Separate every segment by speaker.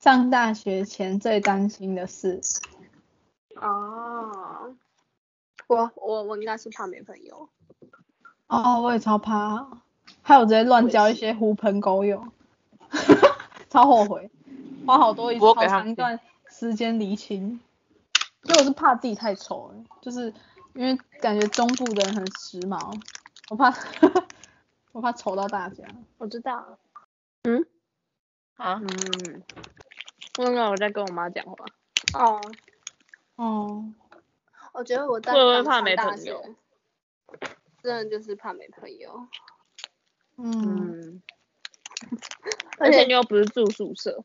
Speaker 1: 上大学前最担心的事，
Speaker 2: 哦，我我我应该是怕没朋友。
Speaker 1: 哦，我也超怕，害我直接乱交一些狐朋狗友， 超后悔，花好多一
Speaker 3: 不
Speaker 1: 好
Speaker 3: 过给他
Speaker 1: 长
Speaker 3: 们
Speaker 1: 一段时间厘清，因为我是怕自己太丑了，就是因为感觉中部的人很时髦，我怕 我怕丑到大家。
Speaker 2: 我知道。
Speaker 3: 啊，
Speaker 2: 嗯，刚刚我在跟我妈讲话。哦，
Speaker 1: 哦，
Speaker 2: 我觉得我在
Speaker 3: 会不会
Speaker 2: 刚
Speaker 3: 怕
Speaker 2: 上
Speaker 3: 没
Speaker 2: 大
Speaker 3: 朋友
Speaker 2: 学，真的就是怕没朋友，
Speaker 1: 嗯，
Speaker 3: 嗯，
Speaker 2: 而
Speaker 3: 而且
Speaker 2: 且
Speaker 3: 你又不是住宿舍，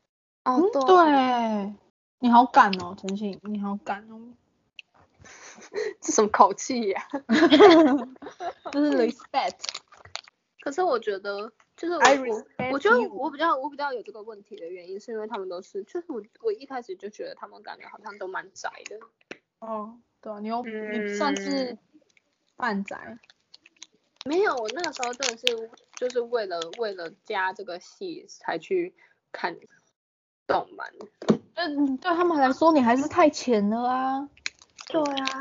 Speaker 2: 哦
Speaker 1: 嗯
Speaker 2: 对，
Speaker 1: 对，你好敢哦，陈信，你好敢哦，
Speaker 2: 这什么口气呀、
Speaker 1: 就是
Speaker 3: 嗯
Speaker 1: respect。
Speaker 2: 可是我觉得，就是我
Speaker 1: I
Speaker 2: 我
Speaker 1: respect
Speaker 2: 我觉得
Speaker 1: you
Speaker 2: 我比较我比较有这个问题的原因，是因为他们都是，就是我我一开始就觉得他们感觉好像都蛮宅的。
Speaker 1: 哦，对啊，你又你算是
Speaker 3: 嗯
Speaker 1: 半宅，
Speaker 2: 没有，我那个时候真的是就是为了为了加这个戏才去看动漫。
Speaker 1: 但你对他们来说你还是太浅了啊。
Speaker 2: 对啊，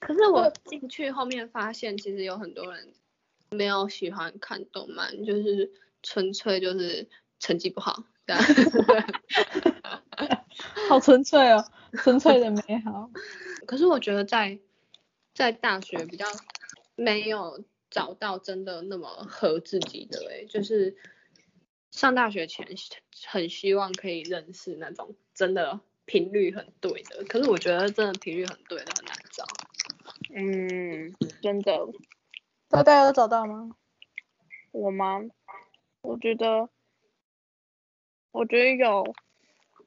Speaker 2: 可是我进去后面发现，其实有很多人没有喜欢看动漫，就是纯粹就是成绩不好。 啊这样
Speaker 1: 好纯粹哦，纯粹的美好。
Speaker 2: 可是我觉得在在大学比较没有找到真的那么合自己的诶、就是上大学前很希望可以认识那种真的频率很对的，可是我觉得真的频率很对的很难找。
Speaker 3: 嗯，真的，
Speaker 1: 那大家都找到吗？
Speaker 3: 我吗？我觉得，我觉得有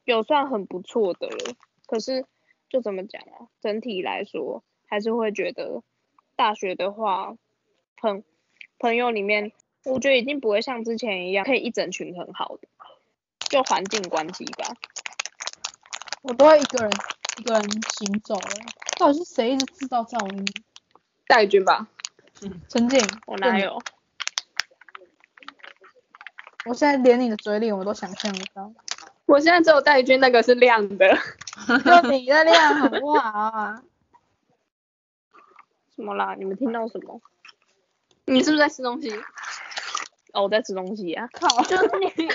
Speaker 3: 有算很不错的了，可是就怎么讲啊？整体来说，还是会觉得大学的话，朋朋友里面，我觉得已经不会像之前一样可以一整群很好的，就环境关系吧。
Speaker 1: 我都会一个人一个人行走了。到底是谁一直制造噪音？
Speaker 2: 戴军吧，嗯
Speaker 1: 陈静，
Speaker 3: 我哪
Speaker 1: 对你？
Speaker 3: 有？
Speaker 1: 我现在连你的嘴脸我都想象得到。
Speaker 2: 我现在只有戴军那个是亮的。
Speaker 1: 就你的量好不好啊？
Speaker 3: 什么啦？你们听到什么？
Speaker 2: 你是不是在吃东西？
Speaker 3: 哦，我在吃东西啊。
Speaker 1: 靠，
Speaker 2: 就是你，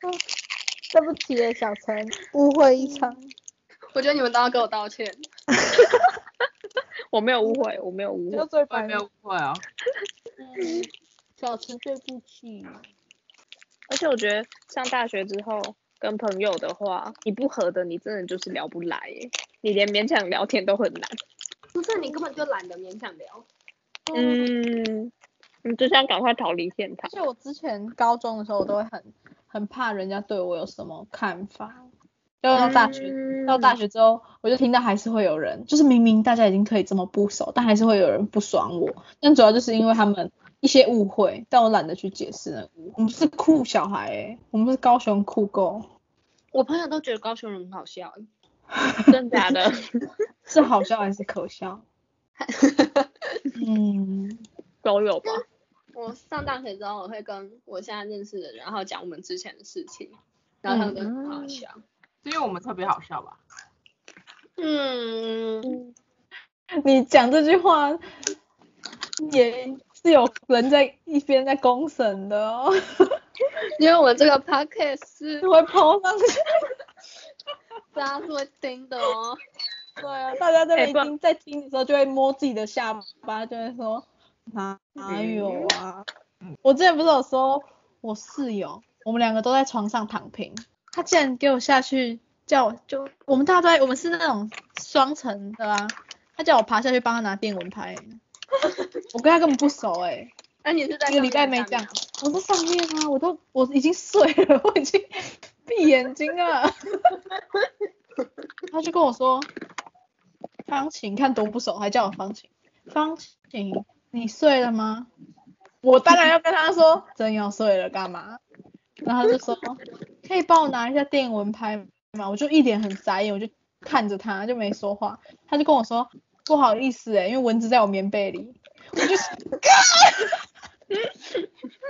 Speaker 1: 对不起耶，小陈，误会一场。
Speaker 2: 我觉得你们都要跟我道歉。
Speaker 3: 我没有误会，我没有误
Speaker 1: 就
Speaker 3: 会。
Speaker 1: 最
Speaker 4: 我也
Speaker 1: 白
Speaker 4: 没有误会啊。
Speaker 1: 小陈对不起。
Speaker 3: 而且我觉得上大学之后跟朋友的话，你不合的，你真的就是聊不来耶，你连勉强聊天都很难。
Speaker 2: 不是你根本就懒得勉强聊。
Speaker 1: 嗯。
Speaker 3: 嗯，你就想赶快逃离现
Speaker 1: 而
Speaker 3: 场。
Speaker 1: 且我之前高中的时候，我都会很很怕人家对我有什么看法，就到大学、到大
Speaker 3: 学，
Speaker 1: 学之后，我就听到还是会有人，就是明明大家已经可以这么不熟，但还是会有人不爽我。但主要就是因为他们一些误会，但我懒得去解释那个误会。我们是酷小孩、欸，我们是高雄酷狗，
Speaker 2: 我朋友都觉得高雄人很好笑，
Speaker 3: 真假的？
Speaker 1: 是好笑还是可 笑？嗯，
Speaker 3: 都有吧？
Speaker 2: 我上大学之后，我会跟我现在认识的人，然后讲我们之前的事情，然后他们都很好笑。
Speaker 4: 是因为我们特别好笑吧？
Speaker 2: 嗯，
Speaker 1: 你讲这句话也是有人在一边在公审的哦。
Speaker 2: 因为我这个 podcast 是
Speaker 1: 就会抛上去。
Speaker 2: 大家是会听的哦。
Speaker 1: 对啊，大家在
Speaker 3: 哎
Speaker 1: 已
Speaker 3: 不
Speaker 1: 经在听的时候就会摸自己的下巴，就会说哪哪有啊？我之前不是有说我室友，我们两个都在床上躺平，他竟然给我下去叫我就我们大家都在我们是那种双层的啊，他叫我爬下去帮他拿电蚊拍、我跟他根本不熟哎、
Speaker 2: 那、你是在
Speaker 1: 一个礼拜没
Speaker 2: 上
Speaker 1: 讲
Speaker 2: 面，啊
Speaker 1: 我在上面啊，我都我已经睡了， 我已经闭眼睛了。 他就跟我说，方晴看多不熟，还叫我方晴。方晴，你睡了吗？我当然要跟他说，真要睡了干嘛？然后他就说，可以帮我拿一下电蚊拍嘛，我就一脸很傻眼，我就看着他，就没说话。他就欸跟我说，不好意思哎、因为蚊子在我棉被里。我就，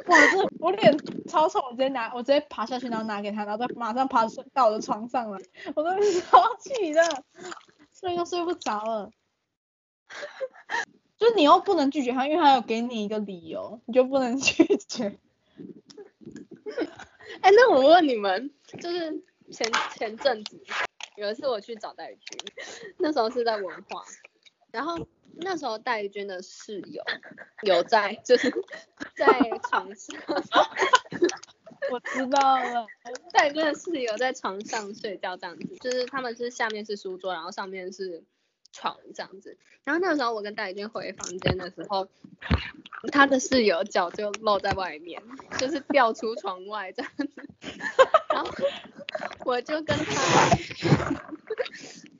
Speaker 1: 哇，这我脸超臭，我直接拿，我直接爬下去，然后拿给他，然后再马上爬睡到我的床上来，我真的超气的，睡都睡不着了。就是你又不能拒绝他，因为他有给你一个理由，你就不能 拒绝。
Speaker 2: 哎，那我问你们，就是前前阵子有一次我去找戴宇君，那时候是在文化，然后那时候戴宇君的室友有在，就是 在床上，
Speaker 1: 我知道了，
Speaker 2: 戴宇君的室友在床上睡觉这样子，就是他们是下面是书桌，然后上面是床这样子。然后那时候我跟戴宇君回房间的时候，他的室友脚就露在外面，就是掉出床外这样子。 然后我就跟他，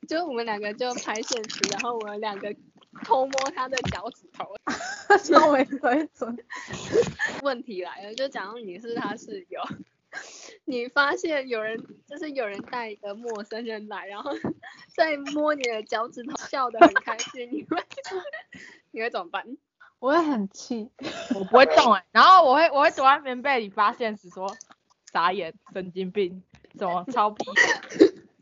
Speaker 2: 就我们两个就拍现实，然后我们两个偷摸他的脚趾头。
Speaker 1: 超没水准。
Speaker 2: 问题来了，就假如你是他室友， 你发现有人就是有人带一个陌生人来，然后 在摸你的脚趾头，笑得很开心，你会 你会怎么办？
Speaker 1: 我会很气，
Speaker 4: 我不会动哎、然后我会我会躲在棉被里发现时说，傻眼，神经病，怎么超皮？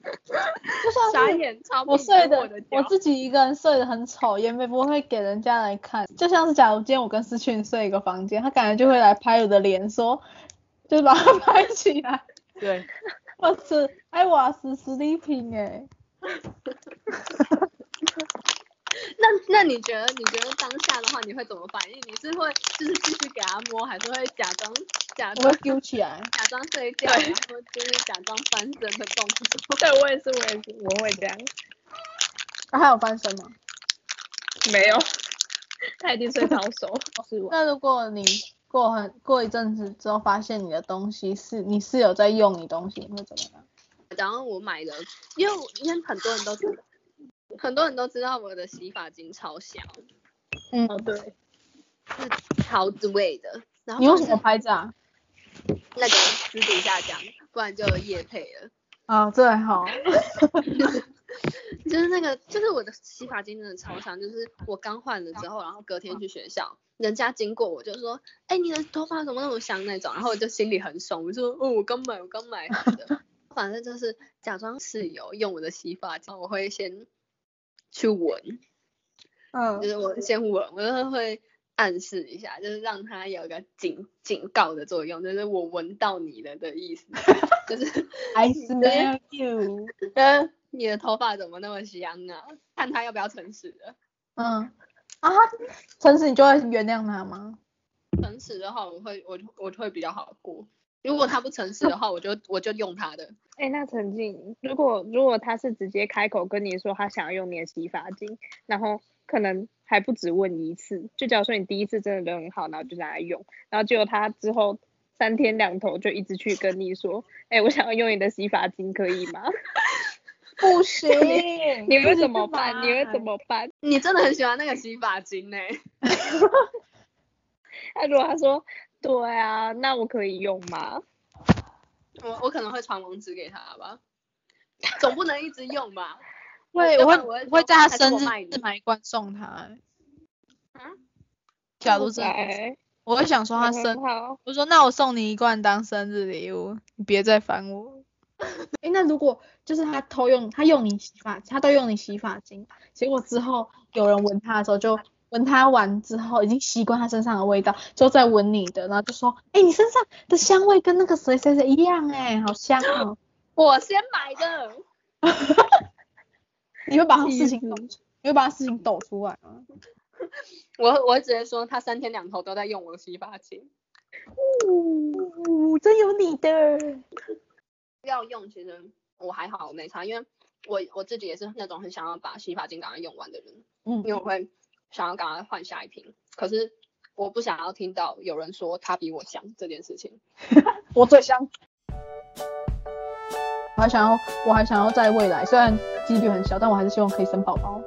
Speaker 1: 就算
Speaker 2: 傻
Speaker 1: 是
Speaker 2: 眼，超
Speaker 1: 我
Speaker 2: 不
Speaker 1: 睡
Speaker 2: 的
Speaker 1: 的
Speaker 2: 我
Speaker 1: 我
Speaker 2: 脚
Speaker 1: 自己一个人睡得很丑，也没不会给人家来看。就像是假如今天我跟思训睡一个房间，他感觉就会来拍我的脸，说，就是把它 拍起来。
Speaker 4: 对，
Speaker 1: 我是哎，我是 sleeping 哎、
Speaker 2: 那那你觉得你觉得当下的话，你会怎么反应？你是会就是继续给他摸，还是会假装假
Speaker 1: 我会
Speaker 2: 装
Speaker 1: 丢起来。
Speaker 2: 假装睡觉，然
Speaker 3: 对
Speaker 2: 后就是假装翻身的动作？
Speaker 3: 对我也是，我也是，我会这样。
Speaker 1: 那、还有翻身吗？
Speaker 3: 没有，他已经睡着熟。 是我。
Speaker 1: 那如果你过很过一阵子之后，发现你的东西是你室友在用你东西，你会怎么样？
Speaker 2: 然后我买的，因为我因为很多人都知道，很多人都知道我的洗发精超小，
Speaker 3: 哦，
Speaker 1: 嗯，
Speaker 3: 对，
Speaker 2: 是桃子味的。然后
Speaker 1: 你用
Speaker 2: 是
Speaker 1: 什么牌子啊？
Speaker 2: 那个私底下讲，不然就夜配了。
Speaker 1: 啊，最好。
Speaker 2: 就是那个，就是我的洗发精真的超香，就是我刚换了之后，然后隔天去学校，人家经过我就说，哎、你的头发怎么那么香那种，然后我就心里很爽，我就说，哦，我刚买，我刚买好的，反正就是假装室友用我的洗发精，我会先去闻，
Speaker 1: 嗯
Speaker 2: 就，是我先闻，我就是会暗示一下，就是让它有一个警警告的作用，就是我闻到你了的意思， 就是。
Speaker 1: I
Speaker 2: 接
Speaker 1: smell you。
Speaker 2: 呃，你的头发怎么那么香啊？看他要不要诚实的。
Speaker 1: 嗯，啊，诚实你就会原谅他吗？
Speaker 2: 诚实的话，我会我就我就会比较好过。如果他不诚实的话，我就我就用他的。
Speaker 3: 哎，那陈静，如果如果他是直接开口跟你说他想要用你的洗发精，然后可能还不止问一次，就假如说你第一次真的人很好，然后就拿来用，然后结果他之后三天两头就一直去跟你说，哎，我想要用你的洗发精，可以吗？
Speaker 1: 不行，
Speaker 3: 你
Speaker 1: 不
Speaker 3: 会
Speaker 1: 行
Speaker 3: 怎么
Speaker 1: 吧
Speaker 3: 办？你会怎？么办？
Speaker 2: 你真的很喜欢那个洗发精呢、
Speaker 3: 那如果他说，对啊，那我可以用吗？
Speaker 2: 我我可能会传网址给他吧，总不能一直用吧？
Speaker 1: 会，我
Speaker 2: 要不
Speaker 1: 会
Speaker 2: 然我会
Speaker 1: 我会
Speaker 2: 说
Speaker 1: 在他
Speaker 2: 还是
Speaker 1: 生
Speaker 2: 我
Speaker 1: 日
Speaker 2: 卖你
Speaker 1: 买一罐送他、欸。
Speaker 2: 啊
Speaker 1: 假如是
Speaker 3: 真，的，
Speaker 1: 我会想说他
Speaker 3: 很
Speaker 1: 生，
Speaker 3: 嗯好，
Speaker 1: 我说那我送你一罐当生日礼物，你别再烦 我。哎、那如果就是他偷用，他用你洗发，他都用你洗发精，结果之后有人闻他的时候就。闻他完之后，已经习惯他身上的味道，之后再闻你的，然后就说：“哎、你身上的香味跟那个谁谁谁一样、哎，好香 哦！”
Speaker 2: 我先买的，
Speaker 1: 你会把他事
Speaker 3: 气
Speaker 1: 情
Speaker 3: 死
Speaker 1: 抖出，你会把他事情抖出来吗？
Speaker 2: 我我会直接说他三天两头都在用我的洗发精。
Speaker 1: 呜、真有你的！
Speaker 2: 要用，其实我还好，我没差，因为我我自己也是那种很想要把洗发精赶快用完的人，
Speaker 1: 嗯
Speaker 2: 因为我会想要赶快换下一瓶，可是我不想要听到有人说他比我强这件事情。
Speaker 1: 我最香。我还想要，我还想要在未来，虽然几率很小，但我还是希望可以生宝宝。